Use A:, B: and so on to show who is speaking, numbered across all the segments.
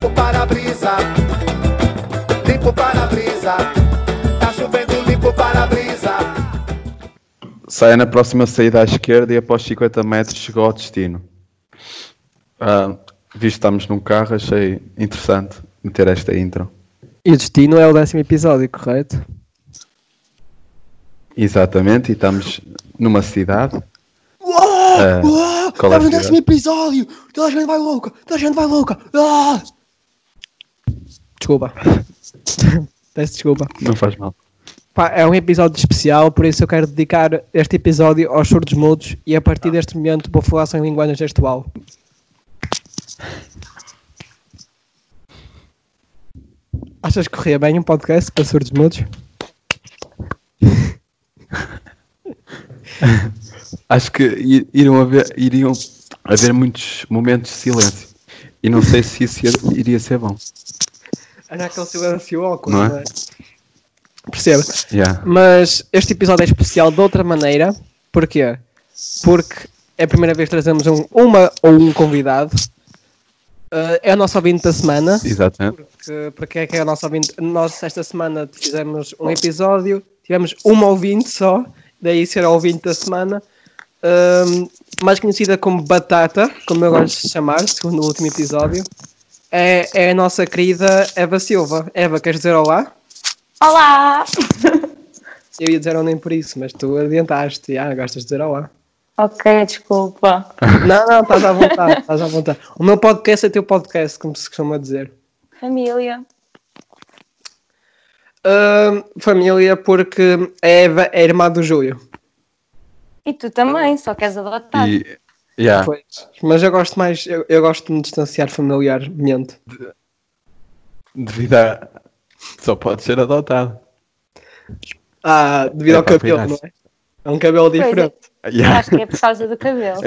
A: Tá
B: Saia na próxima saída à esquerda e após 50 metros chegou ao destino. Ah, visto que estamos num carro, achei interessante meter esta intro.
C: E o destino é o décimo episódio, correto?
B: Exatamente, e estamos numa cidade.
D: Uau!
B: É,
D: Uau!
B: qual é a
D: Estamos no
B: cidade?
D: décimo episódio! Toda a gente vai louca! Toda a gente vai louca! Ah!
C: Desculpa. Peço desculpa.
B: Não faz mal.
C: Pá, é um episódio especial, por isso eu quero dedicar este episódio aos surdos mudos e a partir deste momento vou falar sem linguagem gestual. Achas que corria bem um podcast para surdos mudos?
B: Acho que i- iriam haver, iriam haver muitos momentos de silêncio. E não sei se isso ia- iria ser bom.
C: É naquele silêncio óculos,
B: Não é?
C: Perceba.
B: Yeah.
C: é? Mas este episódio é especial de outra maneira. Porquê? Porque é a primeira vez que trazemos um, uma ou um convidado. Ah, é o nosso ouvinte da semana.
B: Exatamente.
C: que- porque é que é o nosso ouvinte. Nós esta semana fizemos um episódio, tivemos uma ouvinte só, daí ser a ouvinte da semana, Ahm, mais conhecida como Batata, como eu gosto de chamar, segundo o último episódio, é, é a nossa querida Eva Silva. Eva, queres dizer olá?
E: Olá!
C: Eu ia dizer ou nem por isso, mas tu adiantaste, ah, gostas de dizer olá.
E: Ok, desculpa.
C: Não, não, estás à vontade, estás à vontade. O meu podcast é teu podcast, como se costuma dizer.
E: Família.
C: Ahm, Hum, família, porque a Eva é irmã do Júlio.
E: E tu também, só queres adotar.
B: E, yeah.
C: Pois, mas eu gosto mais, eu, eu gosto de me distanciar familiarmente.
B: Devido a. Só pode ser adotado.
C: Ah, devido
B: É
C: ao
B: pá,
C: cabelo,
B: cuidado.
C: não é? É um cabelo
E: Pois é,
C: diferente.
B: Yeah. É,
E: Acho que é por causa do cabelo.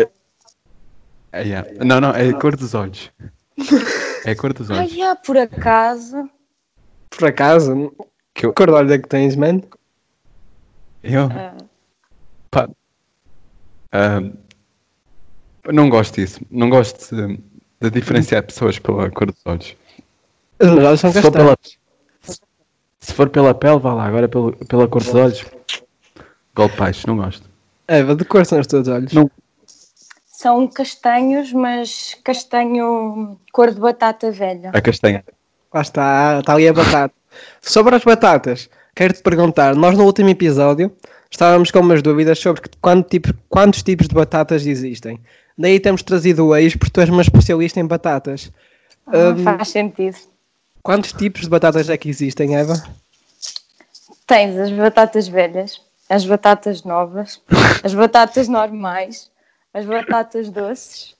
B: Yeah. Não, não, é a cor dos olhos. É a cor dos
E: Ai,
B: olhos.
E: já, por acaso.
C: Por acaso,
B: Que eu-
C: que cor de olho é que tens, man?
B: Eu.
E: Ah.
B: Pá. Ahm, Ah, não gosto disso. Não gosto de, de diferenciar pessoas pela cor dos olhos.
C: Os meus olhos são
B: Se for pela,
C: castanhos.
B: se for pela pele, vá lá. Agora pelo, pela cor dos olhos. Golpe baixo, não gosto.
C: Eva, de cor são os teus olhos?
B: Não.
E: São castanhos, mas castanho cor de batata velha.
B: A castanha.
C: Lá está, está ali a batata. Sobre as batatas, quero-te perguntar, nós no último episódio estávamos com umas dúvidas sobre que- quanto tipo- quantos tipos de batatas existem. Daí temos trazido o ex, porque tu és uma especialista em batatas.
E: Ah,
B: Um.
E: Faz sentido.
C: Quantos tipos de batatas é que existem, Eva?
E: Tens as batatas velhas, as batatas novas, as batatas normais, as batatas doces.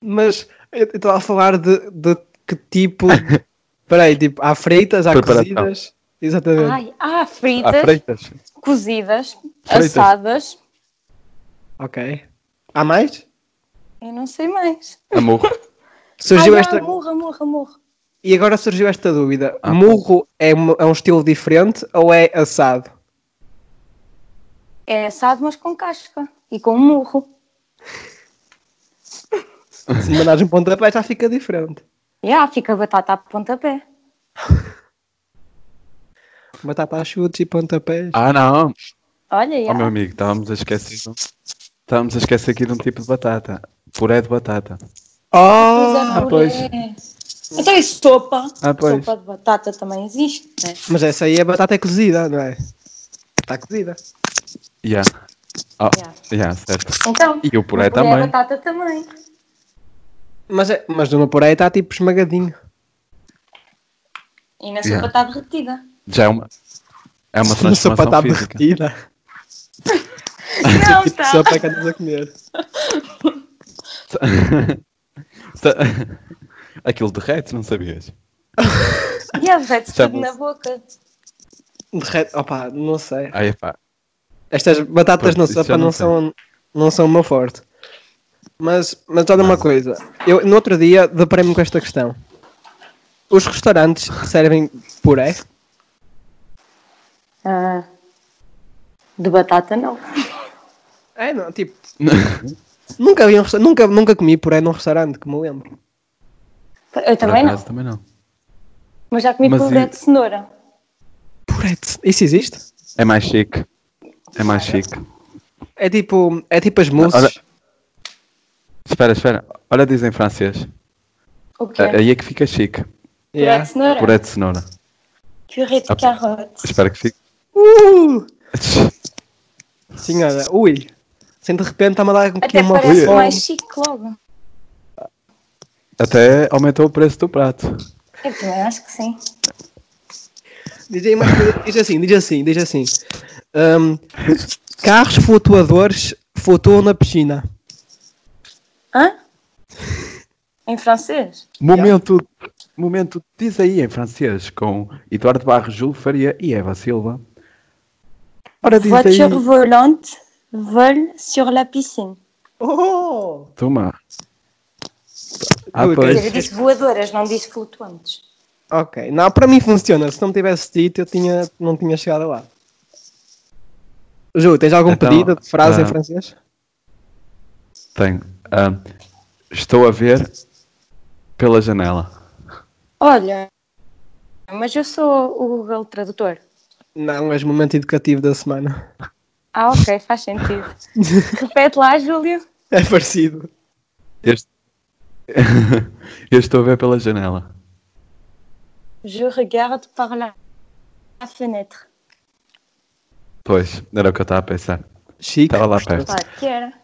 C: Mas eu eu estava a falar de, de que tipo. Peraí, tipo, há fritas, há
B: Preparação.
C: cozidas. Exatamente.
E: Ai, ah,
B: Eh, Ah,
E: fritas,
B: freitas.
E: cozidas,
B: Fritas.
E: assadas.
C: Ok. Há mais?
E: Eu não sei mais.
B: Amor.
C: Surgiu
E: Ai,
C: esta.
E: ah, murra, murra, murra.
C: E agora surgiu esta dúvida:
B: Ah.
C: murro é, mu- é um estilo diferente ou é assado?
E: É assado, mas com casca e com um murro.
C: Se mandares um pontapé já fica diferente.
E: E ah, fica batata a pontapé.
C: Batata a chutes e pontapés.
B: Ah, não.
E: Olha, e
B: Oh, meu
E: ah,
B: amigo, estávamos a esquecer. de um- Estávamos a esquecer aqui de um tipo de batata. Puré de batata.
C: Oh!
E: mas é
B: Ah. pois.
E: purê. Então e sopa?
B: Ah, pois.
E: Sopa de batata também existe, né?
C: Mas essa aí é batata cozida, não é? Está cozida.
B: Yeah. Ah,
E: Yeah.
B: yeah, certo.
E: Então,
B: E o puré
E: o puré
B: também.
E: de batata também.
C: Mas, é, mas no puré está tipo esmagadinho.
E: E na
B: Yeah.
E: sopa está derretida.
B: Já é uma, é uma
C: Na sopa
B: transformação
C: está
B: física.
C: derretida. Tipo
E: Não,
C: de
E: está.
C: sopa que andas a comer.
B: Aquilo derrete, não sabias?
E: E a vete
B: Já
E: tudo
B: vou.
E: na boca.
C: Derrete. Opa, não sei.
B: Ai, epá.
C: Estas batatas
B: Pois,
C: na
B: isso já
C: sopa
B: não
C: não
B: sei.
C: são, não são o meu forte. Mas, mas olha uma coisa. Eu, no outro dia, deparei-me com esta questão. Os restaurantes servem puré?
E: Ah, de batata não.
C: É, não, tipo... nunca, vi um, resta- nunca, nunca comi puré num restaurante, que me lembro.
E: Eu também
B: Por
E: não.
B: acaso, também não.
E: Mas já comi
B: Mas
E: puré
B: e-
E: de cenoura.
C: Puré de... Isso existe?
B: É mais chique. É mais chique.
C: É tipo, é tipo as mousses.
B: Olha- Espera, espera. Olha, diz em francês.
E: O quê?
B: É- Aí é que fica chique.
E: Puré de
C: Yeah.
E: cenoura?
B: Puré de cenoura.
E: Puré de carote.
B: Espero que fique.
C: Uh! Senhora, ui. Assim de repente está-me a dar aqui
E: Até
C: uma
E: parece
B: Ui, é.
E: mais chique logo.
B: Até aumentou o preço do prato.
E: Eu também acho que sim.
C: Diz, aí mais coisa- diz assim, diz assim, diz assim. Ahm, carros flutuadores flutuam na piscina.
E: Hã? Em francês?
B: Momento, momento, diz aí em francês com Eduardo Barros, Júlio Faria e Eva Silva. Ora, diz aí.
E: Voiture volante vole sur la piscine.
C: Oh!
B: Toma. Ah,
C: Ui,
B: pois.
E: Eu disse voadoras, não disse flutuantes.
C: Ok, não, para mim funciona. Se não tivesse dito, eu tinha, não tinha chegado lá. Ju, tens algum
B: Então,
C: pedido de frase em
B: ah,
C: francês?
B: Tenho. Ah, estou a ver pela janela.
E: Olha, mas eu sou o Google Tradutor.
C: Não, és momento educativo da semana.
E: Ah, ok, faz sentido. Repete lá, Júlio.
C: É parecido.
B: Este- Eu estou a ver pela janela.
E: Je regarde par la la fenêtre.
B: Pois, era o que eu estava a pensar.
C: Chique.
B: Estava lá perto.
E: Claro que era.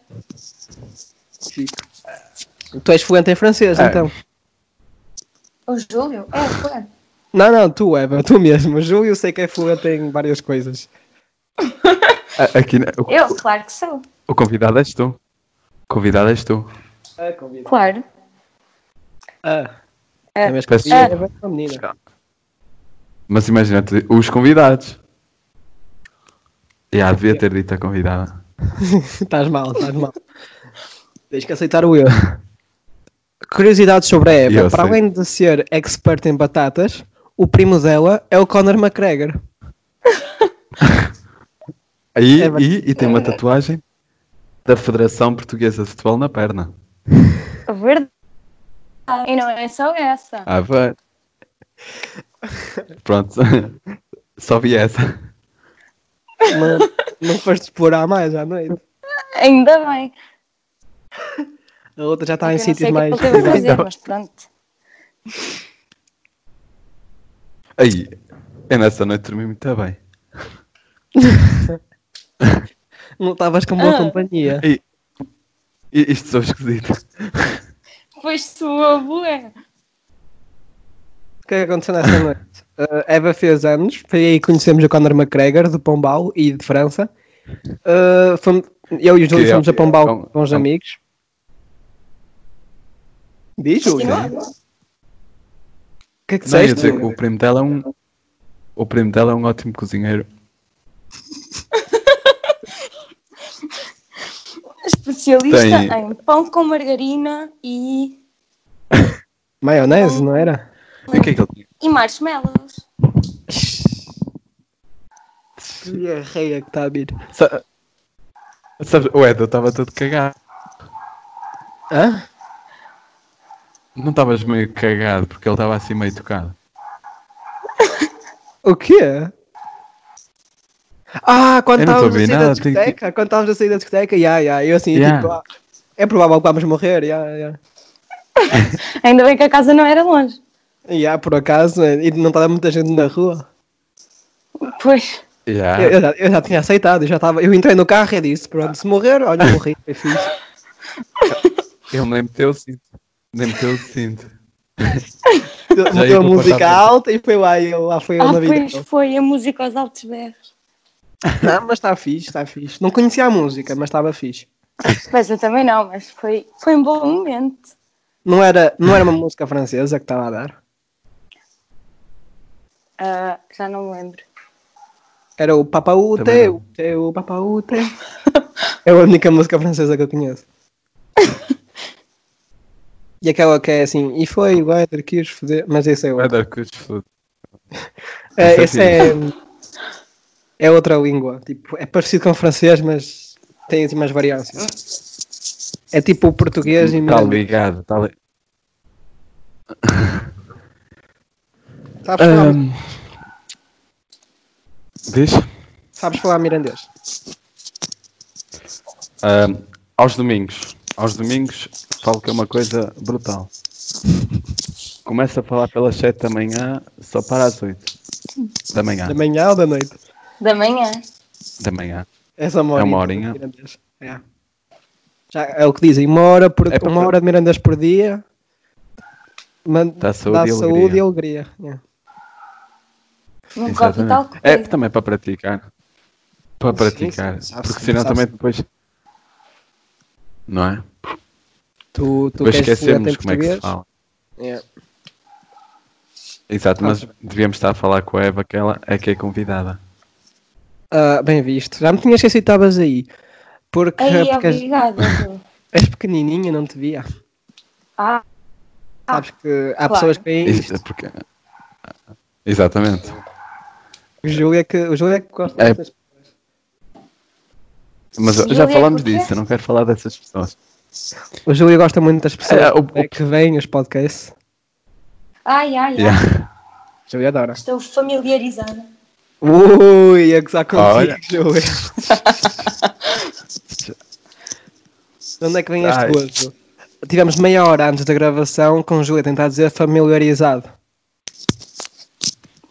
C: Tu és fluente em francês,
B: É.
C: então.
E: O Júlio? É, claro.
C: Não, não, tu, Eva, tu mesmo. Ju, eu sei que é fluente em várias coisas.
B: A- Aqui, né, o,
E: Eu, claro que sou.
B: o convidado és tu. O convidado és tu.
C: Ah, convido.
E: Claro.
C: Ah.
E: É.
C: É, mas
B: Peço
C: convido.
E: desculpa.
C: Vai com a menina.
B: Mas imagina te os convidados. Já, devia ter dito a convidada.
C: Estás mal, estás mal. Tens que aceitar o erro. Curiosidade sobre a Eva.
B: Eu
C: Para
B: sei.
C: além de ser expert em batatas, o primo dela é o Conor McGregor.
B: Aí,
C: É verdade.
B: e, e tem uma tatuagem da Federação Portuguesa de Futebol na perna.
E: Verdade. E não é só essa.
B: Ah, vai. Pronto. Só vi essa.
C: Não, não foste explorar mais à noite.
E: Ainda bem.
C: A outra já está Tá em
E: Eu não sei
C: sítios
E: o que é
C: mais.
E: que ele teve a
C: privados.
E: fazer, mas pronto.
B: Aí, eu nessa noite dormi muito bem.
C: Não estavas com boa
E: Ah.
C: companhia.
B: I- Isto sou esquisito.
E: Pois sua boa.
C: O que é que aconteceu nessa noite? Uh, Eva fez anos, foi aí que conhecemos o Conor McGregor de Pombal e de França. Uh, fomos- eu e o Júlio
B: Que é-
C: fomos a Pombal
B: é
C: com
B: um-
C: bons
B: é um-
C: amigos. Diz, Júlio. O que é que
B: Não, eu ia
C: disseste?
B: dizer, que o primo dela é um. O primo dela é um ótimo cozinheiro.
E: Especialista
B: Tem-
E: em pão com margarina e,
C: Maionese, não era?
B: E o que é que ele tinha?
E: e marshmallows.
C: Que arreia que está a vir.
B: Sa- Sabes, o Ed, eu estava todo cagado.
C: Hã?
B: Não estavas meio cagado porque ele estava assim meio tocado.
C: O quê? Ah, quando
B: Eu não tô
C: estávamos a sair
B: ouvindo
C: da
B: nada, tem que-
C: discoteca, quando estávamos a sair da discoteca, ya, ya, eu assim,
B: Ya.
C: tipo, ah, é provável que vamos morrer, ya, ya.
E: Ainda bem que a casa não era longe.
C: Ya, ah, por acaso, e não estava muita gente na rua.
E: Pois.
B: Yeah.
C: Eu, eu já, eu já tinha aceitado, eu já estava. Eu entrei no carro e disse: Pronto, se morrer, olha, morri, é fixe.
B: Ele nem meteu o cinto. Nem meteu o cinto.
C: Eu-
B: ia assim.
C: Meteu a
B: com o
C: música
B: portátil.
C: alta e foi lá, eu, lá foi eu
E: ah,
C: na vida.
E: pois foi a música aos altos berros.
C: Não, mas está fixe, está fixe. Não conhecia a música, mas estava fixe.
E: Mas eu também não, mas foi, foi um bom momento.
C: Não era, não
B: Hum.
C: era uma música francesa que estava a dar,
E: Ah, já não me lembro.
C: era o Papaú
B: Também
C: Teu, Teu, Papaú Teu. É a única música francesa que eu conheço. E aquela que é assim, e foi o Éder que os foder, mas esse é
B: Vai
C: outro.
B: dar que os foda.
C: É,
B: Essa
C: esse é. É outra língua. Tipo, é parecido com o francês, mas tem assim umas variâncias. É tipo o português e
B: Está ligado. Tá li...
C: Sabes, falar,
B: Ahm. Diz?
C: sabes falar mirandês?
B: Ah, aos domingos. Aos domingos falo que é uma coisa brutal. Começo a falar pelas 7 da manhã, só para às 8 da manhã.
C: Da manhã ou da noite?
E: Da manhã.
B: Da manhã.
C: Essa uma
B: É uma
C: horinha
B: horinha.
C: de Mirandês. É. Já é o que dizem, uma hora, por,
B: É
C: uma
B: porque-
C: hora de Mirandês por dia man-
B: Dá saúde
C: dá
B: e
C: saúde e alegria. É.
E: Num Um copo e tal.
B: Exatamente. É também para praticar. Para
C: Sim,
B: praticar.
C: sim, sabe-se,
B: Porque senão
C: sabe-se.
B: também depois. Não é?
C: Tu, tu
B: Depois
C: queres fluente
B: esquecemos
C: em
B: como é que se
C: português?
B: fala.
C: É.
B: Exato, mas devíamos estar a falar com a Eva, que ela é que é convidada.
C: Ah, bem visto. Já me tinha esquecido que estavas aí. Porque,
B: é
E: Aí,
C: porque és,
E: obrigada. tu.
C: és pequenininha, não te via.
E: Ah, Ah,
C: Sabes que há
E: claro.
C: pessoas que têm
B: Isto
C: isto.
B: é porque- Exatamente.
C: O Júlio é que, o Júlio é que gosta
B: É.
C: dessas
B: Mas
E: Sim,
B: já
E: Julia,
B: falámos
E: por quê?
B: disso, eu não quero falar dessas pessoas.
C: O Júlio gosta muito das pessoas
B: É, o-
C: é que vêm os podcasts.
E: ai, ai, ai.
B: Yeah.
C: O Júlio adora.
E: Estou familiarizada.
C: Ui, é a gozar contigo,
B: Olha.
C: Júlio. De onde é que vem este
B: Ai.
C: gozo? Tivemos meia hora antes da gravação com o Júlio a tentar dizer familiarizado.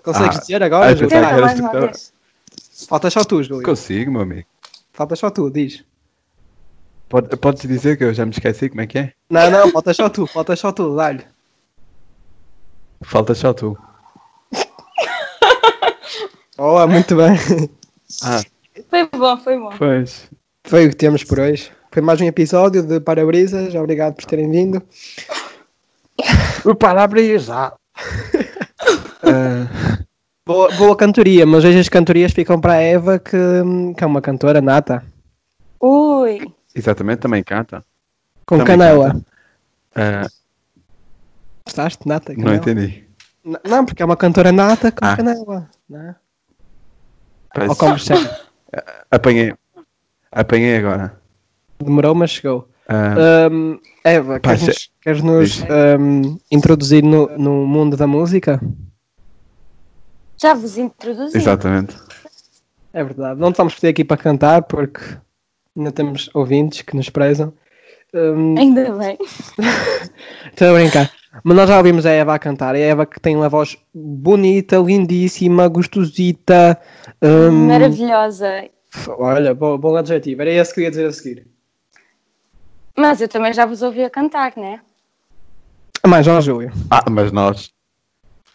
C: Consegues
B: Ah,
C: dizer agora,
B: ai,
C: Júlio?
B: pensava
E: Tenta
B: que
C: Vai.
B: era-
E: mais uma
B: espectador.
E: vez.
C: Falta só tu, Júlio.
B: Consigo, meu amigo.
C: Falta só tu, diz.
B: Pode- Podes dizer que eu já me esqueci como é que é?
C: Não, não, falta só tu, falta só tu, dá-lhe.
B: Falta só tu.
C: Oh, muito bem.
B: Ah,
E: Foi bom, foi bom.
B: pois.
C: Foi o que temos por hoje. Foi mais um episódio de Parabrisas. Obrigado por terem vindo. Ah,
B: O parabéns já.
C: Boa, boa cantoria, mas hoje as cantorias ficam para a Eva, que, que é uma cantora nata.
E: Ui.
B: Exatamente, também canta.
C: Com
B: Também
C: canela.
B: Ah,
C: Gostaste? Nata?
B: não
C: Canela?
B: entendi.
C: N- Não, porque é uma cantora nata com
B: Ah.
C: canela. Né? Ou
B: Parece-
C: como se chama.
B: Apanhei. Apanhei agora.
C: Demorou, mas chegou.
B: Ah,
C: Hum, Eva,
B: Pá,
C: queres nos, queres nos,
B: Diz.
C: hum, introduzir no, no mundo da música?
E: Já vos introduzi.
B: exatamente.
C: É verdade. Não estamos por aqui para cantar, porque ainda temos ouvintes que nos prezam. Hum,
E: Ainda bem.
C: Estou a brincar. Mas nós já ouvimos a Eva a cantar. A Eva que tem uma voz bonita, lindíssima, gostosita. hum,
E: Maravilhosa.
C: olha, bom, bom adjetivo. Era esse que eu ia dizer a seguir.
E: Mas eu também já vos ouvi a cantar, né?
C: Mais ao Júlio.
B: Ah, mas nós.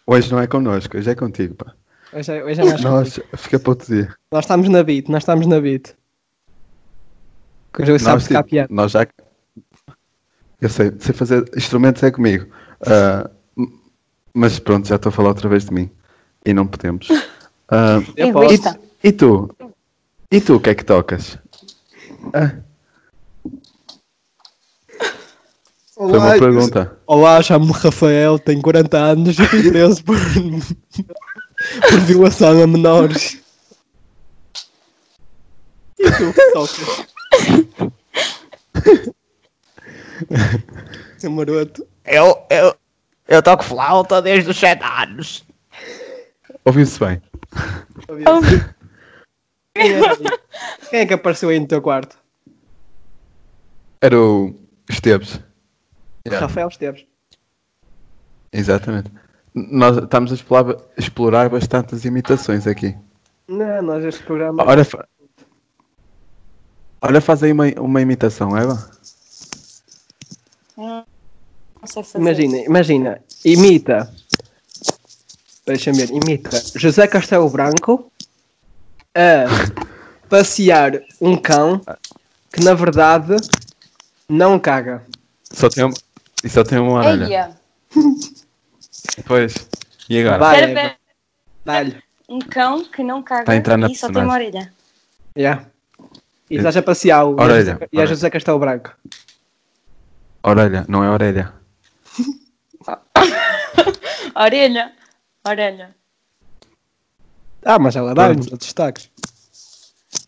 B: Hoje não é connosco, hoje é contigo, pá.
C: Hoje é, hoje é mais
B: Nós,
C: contigo.
B: fica para outro dia.
C: Nós estamos na beat, nós estamos na beat. Que o Júlio sabe
B: nós,
C: tocar
B: tipo,
C: piano.
B: nós já. Eu sei, sei fazer instrumentos é comigo. Ah, m- mas pronto, já estou a falar outra vez de mim. E não podemos. Ah,
C: Eu
B: e,
E: Egoísta.
C: posso.
B: tu- e tu? E tu o que é que tocas? Ah, foi uma pergunta.
C: Olá, chamo-me Rafael, tenho 40 anos e fui preso por, por violação a menores. E tu, que tocas? Seu maroto.
A: Eu, eu, eu toco flauta desde os 7 anos.
B: Ouviu-se bem.
C: Quem é, que- quem é que apareceu aí no teu quarto?
B: Era o Esteves. Yeah,
C: Rafael Esteves.
B: exatamente. N- Nós estamos a explorar, explorar bastante as imitações aqui.
C: Não, nós este programa.
B: Olha, fa- Olha, faz aí uma, uma imitação, Eva.
E: Não sei fazer.
C: Imagina, imagina. Imita. Deixa-me ver. Imita. José Castelo Branco a passear um cão que na verdade não caga.
B: Só tem, um- e só tem uma orelha.
E: Eia.
B: Pois. E agora?
C: Vai,
E: Pera,
C: Eva,
E: pera.
C: dá-lhe.
E: Um cão que não caga
B: Tá a entrar na
E: e só tem uma orelha.
C: Yeah. E estás a passear o
B: Orelha,
C: e é
B: orelha.
C: José Castelo Branco.
B: Orelha, não é orelha.
E: Orelha. Orelha.
C: Ah, mas ela dá-lhe os destaques.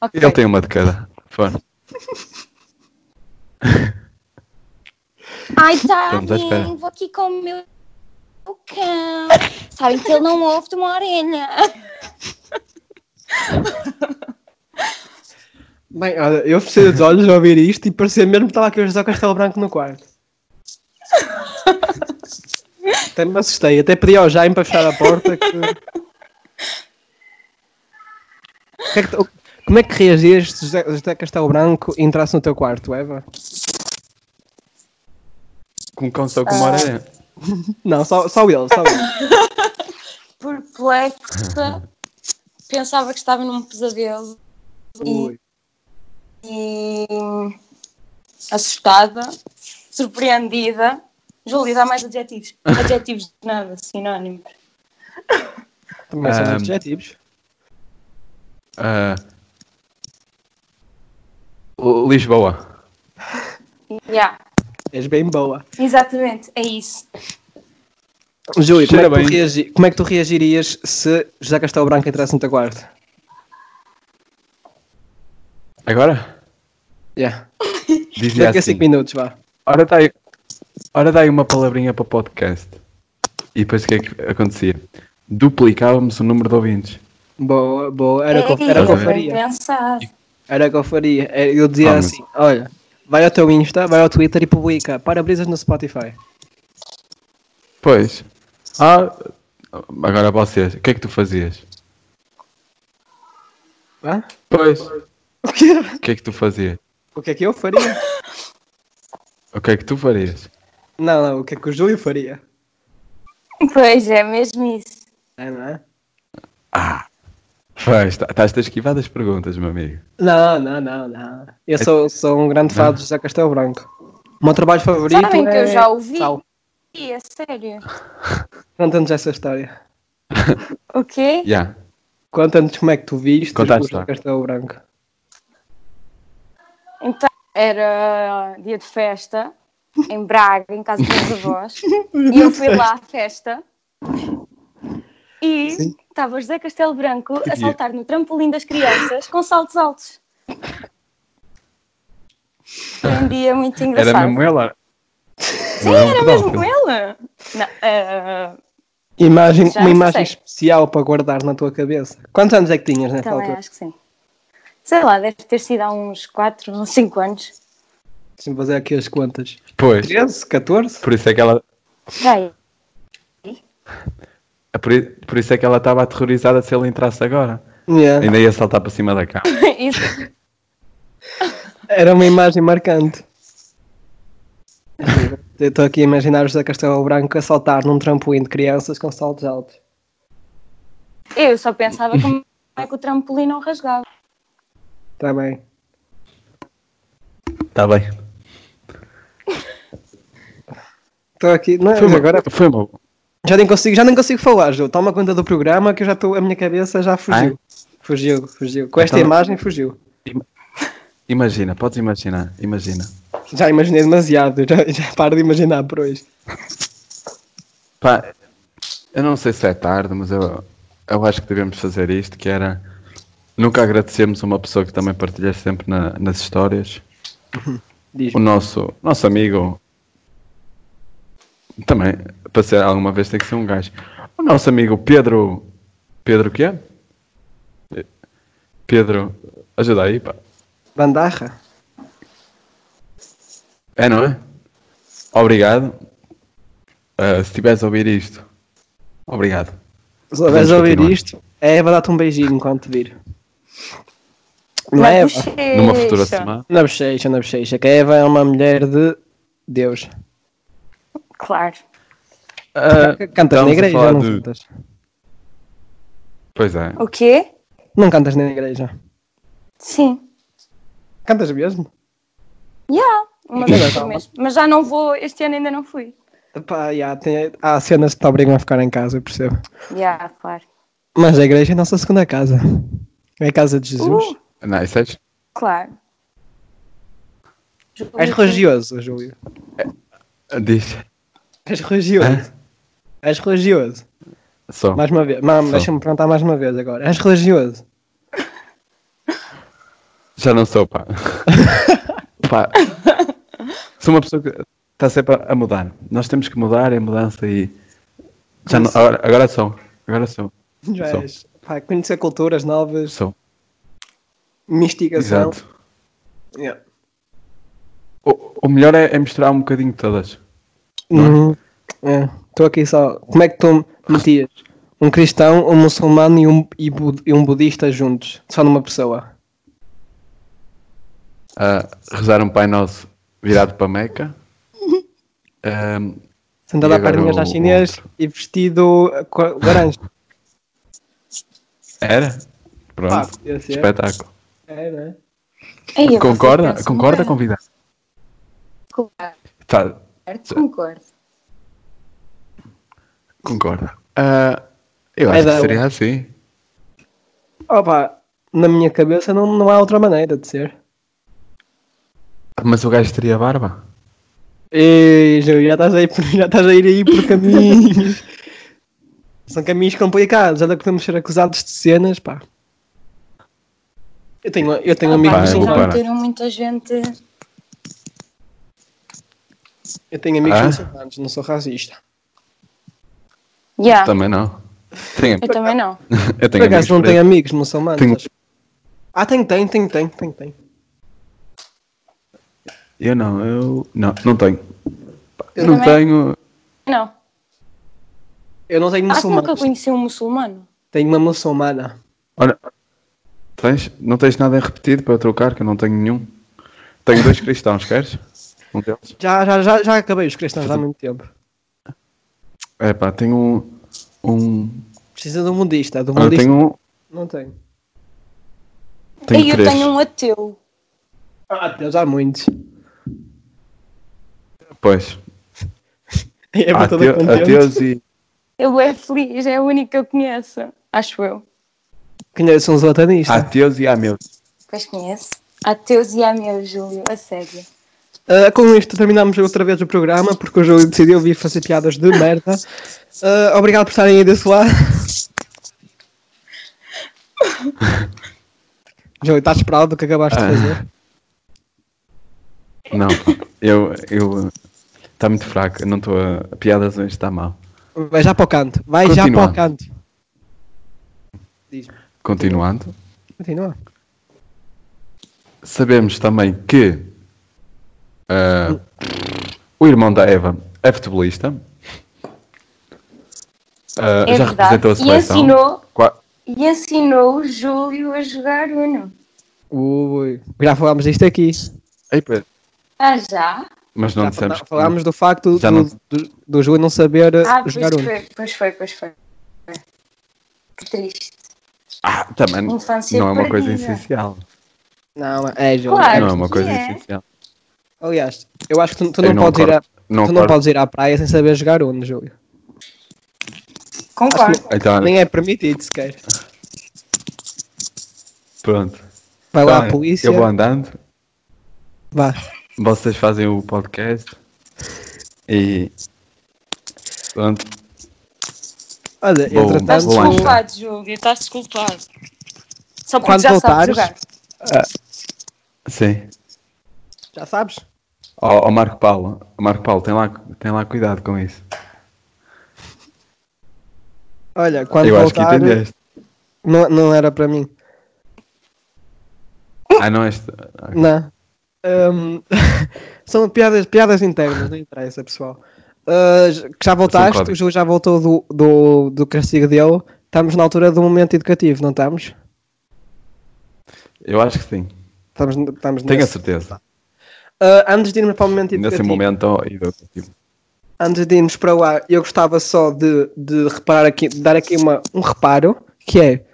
E: Ok.
B: Ele tem uma de cada. Foi.
E: Ai, sabem,
B: Estamos à espera.
E: vou aqui com o meu o cão. Sabem que ele não ouve de uma orelha.
C: Bem, olha, eu fechei os olhos a ouvir isto e parecia mesmo que estava aqui a José Castelo Branco no quarto. Até me assustei, até pedi ao Jaime para fechar a porta. que- O que é que tu- Como é que reagias se José, José Castelo Branco entrasse no teu quarto, Eva?
B: Com canção como areia.
C: Não, só, só ele, só ele.
E: Perplexa. Pensava que estava num pesadelo.
C: Ui.
E: e assustada, surpreendida. Júlia, dá mais adjetivos. Adjetivos de nada, sinónimos.
C: Também são
B: Ahm.
C: objetivos.
B: Ah. L- Lisboa.
E: Yeah,
C: És bem boa.
E: exatamente, é isso.
C: Júlio, como, é
B: Cheira
C: que tu
B: bem.
C: reagi- como é que tu reagirias se José Castelo Branco entrasse no teu quarto?
B: Agora?
C: Yeah.
B: Diz-lhe
C: Daqui a 5
B: assim.
C: minutos, vá.
B: Ora dai, ora dai uma palavrinha para o podcast. E depois o que é que acontecia? Duplicávamos o número de ouvintes.
C: Boa, boa.
E: É
C: Era o que eu- era o que eu
B: Ei,
E: foi
C: faria.
E: pensado.
C: Era o que eu faria. É, Eu dizia
B: Ah, mas-
C: assim: olha, vai ao teu Insta, vai ao Twitter e publica parabrisas no Spotify.
B: Pois. Ah, agora vocês. O que é que tu fazias?
C: Hã?
B: Pois.
C: O, quê?
B: O que é que tu fazias?
C: o que é que eu faria?
B: O que é que tu farias?
C: Não, não, o que é que o Júlio faria?
E: Pois é, mesmo isso.
C: É, não é?
B: Pois, tá- estás-te a esquivar das perguntas, meu amigo.
C: Não, não, não, não. Eu
B: É-
C: sou, sou um grande fã de José Castelo Branco. O meu trabalho favorito.
E: Sabem que
C: é...
E: eu já ouvi?
C: Tal.
E: Ih, é sério.
C: Conta-nos essa história.
E: O quê?
B: Já. Yeah.
C: Conta-nos como é que tu viste
B: Conta a
C: o José
B: história.
C: Castelo Branco.
E: Então, era dia de festa em Braga, em casa dos meus avós, e eu fui lá à festa e estava o José Castelo Branco a
B: Tipo,
E: saltar no trampolim das crianças com saltos altos. Foi um dia muito engraçado.
B: Era mesmo ela? Sim,
E: Era mesmo com ele? Não, ah,
C: Imagem,
E: Já
C: uma
E: sei.
C: imagem especial para guardar na tua cabeça. Quantos anos é que tinhas nessa
E: também
C: altura?
E: acho que sim. Sei lá, deve ter sido há uns 4 ou 5 anos.
C: Sim, fazer aqui as contas.
B: Pois.
C: 13, 14?
B: Por isso é que ela.
E: Já é.
B: Por, i- por isso é que ela estava aterrorizada se ele entrasse agora.
C: Yeah.
B: Ainda ia saltar para cima da cama.
E: Isso.
C: Era uma imagem marcante. Eu estou aqui a imaginar o José Castelo Branco a saltar num trampolim de crianças com saltos altos.
E: Eu só pensava como é que o trampolim não rasgava.
C: Está Tá bem.
B: Está Tá bem.
C: Estou aqui. Não,
B: Foi uma,
C: agora
B: foi uma,
C: já nem consigo, já nem consigo falar, Ju. Toma conta do programa que eu já estou. A minha cabeça já fugiu. Fugiu, fugiu. Com esta
B: Ah, é? Então-
C: imagem fugiu.
B: Imagina, podes imaginar, imagina.
C: Já imaginei demasiado, já, já paro de imaginar por hoje.
B: Pá, eu não sei se é tarde, mas eu, eu acho que devemos fazer isto, que era nunca agradecemos uma pessoa que também partilha sempre na- nas histórias.
C: Diz-me.
B: O nosso, nosso amigo também, para ser alguma vez tem que ser um gajo. O nosso amigo Pedro. Pedro o quê? Pedro. Ajuda aí, pá.
C: Bandarra?
B: É, não é? Obrigado. Ah, se tiveres a ouvir isto, obrigado.
C: Se vais
B: Vamos
C: ouvir
B: continuar.
C: isto, é Eva dar-te um beijinho enquanto te vir. Não é,
E: Mas
C: Eva?
E: bochecha.
B: Numa futura semana.
C: Na bochecha, na bochecha. Que a Eva é uma mulher de Deus.
E: Claro.
B: Ah,
C: Cantas na
B: estamos a
C: igreja,
B: falar
C: não
B: de-
C: cantas?
B: Pois é.
E: O quê?
C: Não cantas na igreja.
E: Sim.
C: Cantas mesmo?
E: Yeah. Uma vez por mês. Mas já não vou, este ano ainda não fui.
C: Pá, já, tem- há cenas que te obrigam a ficar em casa, eu percebo.
E: Yeah, claro.
C: Mas a igreja é a nossa segunda casa. É a casa de Jesus.
E: Uh,
B: Não, isso é,
E: claro.
C: Uh, És religioso, Júlio.
B: diz.
C: És religioso. És religioso.
B: Só.
C: Mais uma vez. Mam,
B: Sou.
C: deixa-me perguntar mais uma vez agora. És religioso.
B: Já não sou, pá. pá. Sou uma pessoa que está sempre a mudar. Nós temos que mudar, é mudança e. Já não- agora, agora sou. Agora sou.
C: Já
B: Sou.
C: és. Pá, conhecer culturas novas,
B: Sou.
C: mistigação.
B: Exato.
C: Yeah.
B: O, o melhor é, é misturar um bocadinho de todas.
C: Uhum. É. Estou aqui só. Como é que tu metias um cristão, um muçulmano e um, e bu- e um budista juntos? Só numa pessoa.
B: Ah, rezar um Pai Nosso virado para Meca. Ahm,
C: Sentado
B: E
C: a
B: agora
C: perninhas
B: o-
C: às chinês e vestido eh, co- laranja.
B: era?
C: Pá,
B: Pronto.
C: podia ser.
B: Espetáculo.
C: É, não é?
E: Ei, eu
B: Concorda?
E: penso
B: Concorda,
E: muito.
B: convidado?
E: Concordo,
B: Tá,
E: concordo.
B: concorda. Ah, eu acho
C: Vai dar
B: que
C: um.
B: seria assim.
C: Opa, na minha cabeça não, não há outra maneira de ser.
B: Mas o gajo teria barba?
C: Ei, Ju, já estás, aí, por- já estás a ir aí por caminhos. São caminhos complicados, ainda que podemos ser acusados de cenas, pá. Eu tenho, eu tenho
E: Ah, pá,
B: Vai,
C: amigos,
E: vocês
B: eu vou
E: já
B: parar.
E: meteram muita gente.
C: eu tenho amigos
B: Ah?
C: muçulmanos, não sou racista.
E: Yeah,
B: Também não. Tenho,
E: eu também não.
B: eu
C: Por
B: tenho amigos
C: acaso não
B: pretos.
C: tenho amigos muçulmanos?
B: Tenho-
C: acho. Ah, tenho, tenho, tenho, tenho, tenho, tenho.
B: Eu não, eu não, não tenho.
E: Eu
B: não
E: também.
B: tenho.
E: Não.
C: Eu não tenho
E: Acho que nunca
C: muçulmanos,
E: conheci um muçulmano.
C: tenho uma muçulmana.
B: Olha, tens, não tens nada em repetido para eu trocar, que eu não tenho nenhum. Tenho dois cristãos, queres? Um deles?
C: Já, já, já, já acabei os cristãos há muito tempo.
B: É pá, tenho um. um
C: Precisa de um budista, do
B: olha,
C: budista
B: tenho um.
C: não tenho.
B: Tenho
E: e eu
B: três.
E: tenho um ateu.
C: Ah, Deus, há muitos.
B: Pois.
C: É para todo
B: Ateu-
C: contente.
B: Ateus e.
E: Ele é feliz, é o único que eu conheço. Acho eu.
C: Conheço um zlatanista.
B: Ateus e ameus.
E: Pois conhece? Ateus e ameu, Júlio, a sério.
C: Uh, com isto terminamos outra vez o programa porque o Júlio decidiu vir fazer piadas de merda. Uh, obrigado por estarem aí desse lado. Júlio, estás proud do que acabaste
B: Ah.
C: de fazer?
B: Não, pá, eu. eu Está muito fraco, eu não estou a. a Piadas hoje está mal.
C: Vai já para o canto. Vai já para
B: Continuando.
C: o canto.
B: Continuando,
C: Continua.
B: sabemos também que. ah, o irmão da Eva é futebolista. Ah,
E: É
B: já
E: verdade.
B: representou a
E: E
B: seleção.
E: ensinou.
B: Qua-
E: E ensinou o Júlio a jogar Uno.
C: Ui, já falámos disto aqui.
B: Ei, pera,
E: Ah, já?
B: mas não
C: Já
B: dissemos.
C: fal- falámos do facto
B: Já
C: do,
B: não-
C: do- do Júlio não saber uh,
E: Ah, pois
C: jogar um.
E: foi, pois foi, pois foi. Que triste.
B: Ah, também não
E: Infância
B: é uma
E: perdida.
B: coisa essencial.
C: Não, é Júlio.
E: Claro.
B: Não é uma
E: que
B: coisa
E: é.
B: essencial.
C: Aliás, eu acho que tu, tu
B: Eu
C: não, podes ir
B: acordo-
C: à,
B: não
C: tu não
B: acordo.
C: podes ir à praia sem saber jogar um, Júlio.
E: Concordo.
B: Então,
C: Nem é permitido sequer.
B: pronto.
C: Vai lá à
B: Então,
C: polícia.
B: Eu vou andando,
C: Vá.
B: vocês fazem o podcast e. Pronto.
C: Olha,
B: Bom,
E: Estás
C: entretanto,
B: vou lá.
E: desculpado, Júlio, estás desculpado. Só porque
C: Quando
E: já
C: voltares-
E: sabes jogar.
B: Sim.
C: já sabes?
B: Ó ó, Marco Paulo, ó, Marco Paulo, tem lá, tem lá cuidado com isso.
C: Olha, quando
B: eu acho que
C: voltar,
B: entendeste.
C: não, não era para mim.
B: Ah, não, este.
C: Não. Hum, são piadas, piadas internas, não interessa, pessoal. Ah, j- que já
B: São
C: voltaste,
B: códigos.
C: o Ju já voltou do, do, do castigo dele. Estamos na altura do momento educativo, não estamos?
B: Eu acho que sim.
C: Estamos, estamos
B: Tenho a
C: nesse.
B: certeza.
C: Ah, antes de irmos para o momento
B: Nesse
C: educativo,
B: momento, ó, e do- tipo,
C: antes de irmos para lá, eu gostava só de, de reparar aqui, de dar aqui uma, um reparo, que é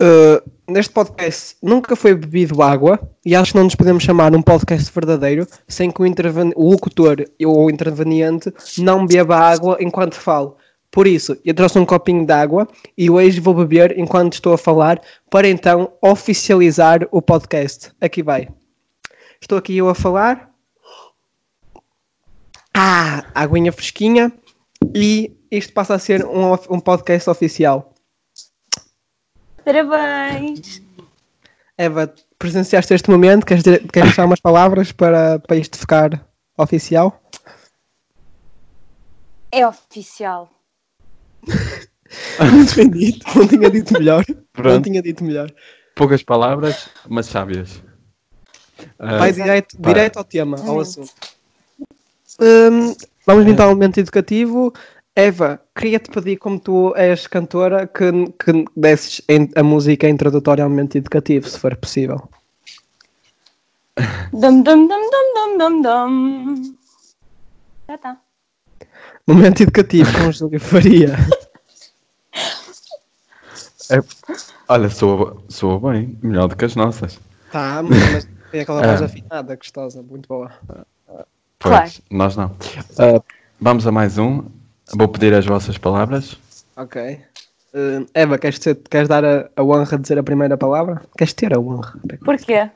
C: uh, neste podcast nunca foi bebido água e acho que não nos podemos chamar um podcast verdadeiro sem que o, interven- o locutor ou o interveniente não beba água enquanto falo. Por isso, eu trouxe um copinho de água e hoje vou beber enquanto estou a falar para então oficializar o podcast. Aqui vai. Estou aqui eu a falar. Ah, aguinha fresquinha. E isto passa a ser um, of- um podcast oficial.
E: Parabéns.
C: Eva, presenciaste este momento? Queres, dizer- queres deixar umas palavras para, para isto ficar oficial?
E: É oficial.
C: Não defendi, não tinha dito melhor. Não
B: Pronto.
C: tinha dito melhor.
B: poucas palavras, mas sábias. Ah,
C: Vai direto,
B: pá.
C: direto ao tema, ao assunto. Hum, vamos então ao momento educativo. Eva, queria-te pedir, como tu és cantora, que, que desses em- a música introdutória ao momento educativo, se for possível.
E: Dum, dum, dum, dum, dum, dum, dum. Já tá. está.
C: Momento educativo com Júlio Faria.
B: é, Olha, soa, soa bem, melhor do que as nossas.
C: Tá, mas tem aquela voz
B: Ah.
C: afinada, gostosa, muito boa.
B: Pois,
E: Claro.
B: nós não. Ah, vamos a mais um. Vou pedir as vossas palavras.
C: Ok. Hum, Eva, queres, ter- queres dar a, a honra de dizer a primeira palavra? Queres ter a honra?
E: Porquê?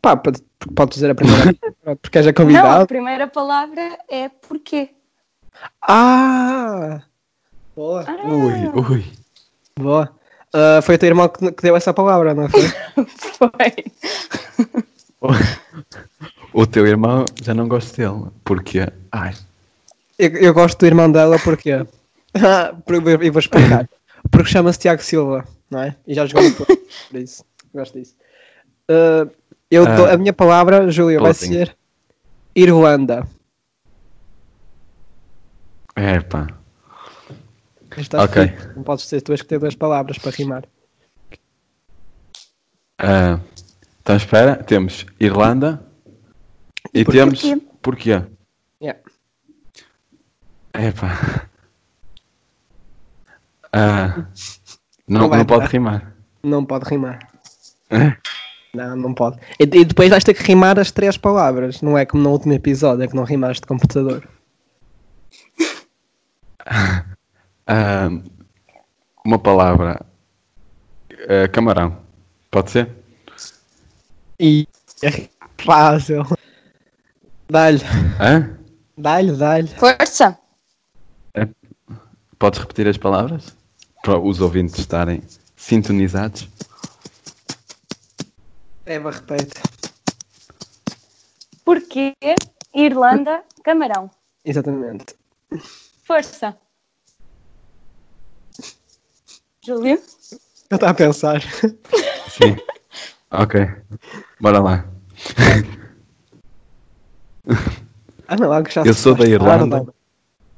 C: Pá, pode- podes dizer a primeira palavra, porque és a
E: Não, a
C: convidada.
E: primeira palavra é porquê.
C: Ah! Boa.
B: Ui, ui.
C: Boa. Ah, foi o teu irmão que, que deu essa palavra, não foi?
E: Foi.
B: O teu irmão já não gosto dele. Porque. Ai.
C: eu, eu gosto do irmão dela porque. Ah, por- eu vou explicar. Porque chama-se Tiago Silva, não é? E já jogou no Porto, por isso. Gosto disso. Ah, eu
B: Ah.
C: dou- a minha palavra, Júlio, vai
B: Votem.
C: ser Irlanda.
B: É, pá.
C: Está
B: Ok.
C: feito. Não podes ser tu és que ter duas palavras para rimar.
B: Ah, então espera, temos Irlanda e temos. Porquê?
C: Yeah.
B: Epá. Ah, não,
C: Não vai
B: não pode
C: dar.
B: rimar.
C: Não pode rimar.
B: É?
C: Não, não pode. E, e depois vais ter que rimar as três palavras. Não é como no último episódio, é que não rimaste de computador.
B: Ah, uma palavra. Ah, camarão. Pode ser?
C: E é fácil. Dá-lhe,
B: Hã?
C: dá-lhe, dá-lhe.
E: Força.
B: Podes repetir as palavras? Para os ouvintes estarem sintonizados.
C: Eva, repete.
E: Porquê? Irlanda, camarão.
C: Exatamente.
E: Força. Júlio?
C: Eu estava a pensar.
B: Sim. ok. Bora lá.
C: Ah, não, algo já
B: Eu
C: se
B: sou da
C: faz.
B: Irlanda.
C: Ah, não, não.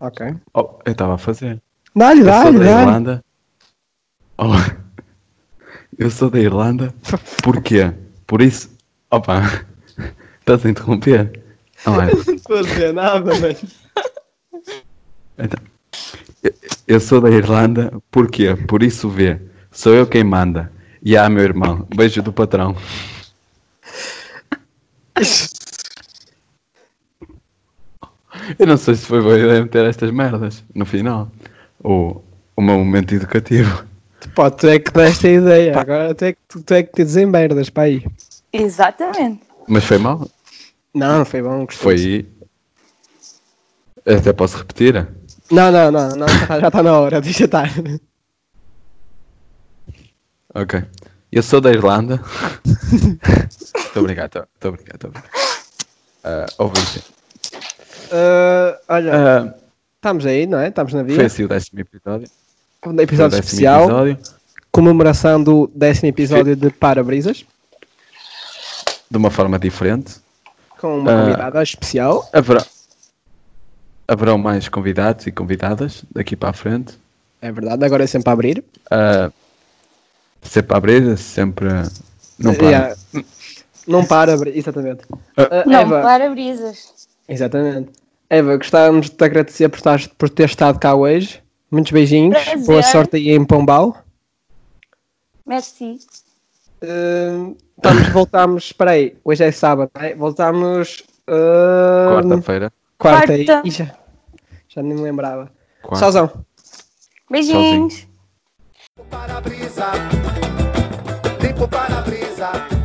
C: Ok.
B: Oh, eu estava a fazer.
C: Dá-lhe,
B: Eu sou
C: dá-lhe,
B: da
C: dá-lhe.
B: Irlanda. Oh, eu sou da Irlanda. Porquê? Por isso. Opa! Estás a interromper? Não é?
C: Não estou a dizer nada, mas.
B: Então, eu- eu sou da Irlanda. Porquê? Por isso vê. Sou eu quem manda. E há meu irmão. Beijo do patrão. Eu não sei se foi boa ideia meter estas merdas no final. Ou o meu momento educativo.
C: Pá, tu é que deste a ideia. Agora tu é que, tu, tu é que te desemberdas, pá aí.
E: Exatamente.
B: Mas foi mal?
C: Não, não foi bom.
B: Foi.
C: gostei.
B: Até posso repetir.
C: Não, não, não, não já está na hora, deixa estar.
B: Ok. Eu sou da Irlanda. Muito obrigado, muito obrigado, muito obrigado. Ah, ouvinte.
C: Ah, olha,
B: Ah,
C: estamos aí, não é? Estamos na
B: foi
C: vida.
B: assim o décimo episódio.
C: Um
B: Foi o
C: episódio
B: décimo
C: especial,
B: episódio
C: comemoração do décimo episódio de Parabrisas,
B: de uma forma diferente.
C: com uma
B: Ah.
C: convidada especial.
B: Haverá, haverão mais convidados e convidadas daqui para a frente.
C: É verdade, agora é sempre a abrir.
B: Ah, sempre a abrir, sempre. Não para.
C: Yeah. Não para, abrir, exatamente. Ah,
E: Não,
C: Eva,
E: para-brisas.
C: exatamente. Eva, gostávamos de te agradecer por, estares- por ter estado cá hoje. Muitos beijinhos,
E: Prazer.
C: boa sorte aí em Pombal.
E: Merci.
C: Ah, estamos, voltamos, espera aí, hoje é sábado, não é? voltamos ah,
B: Quarta-feira.
C: quarta, aí.
E: Quarta.
C: Ih, já, já nem me lembrava.
B: Quarta.
C: Tchauzão.
E: Beijinhos.
A: Para brisa, Tá limpo para brisa.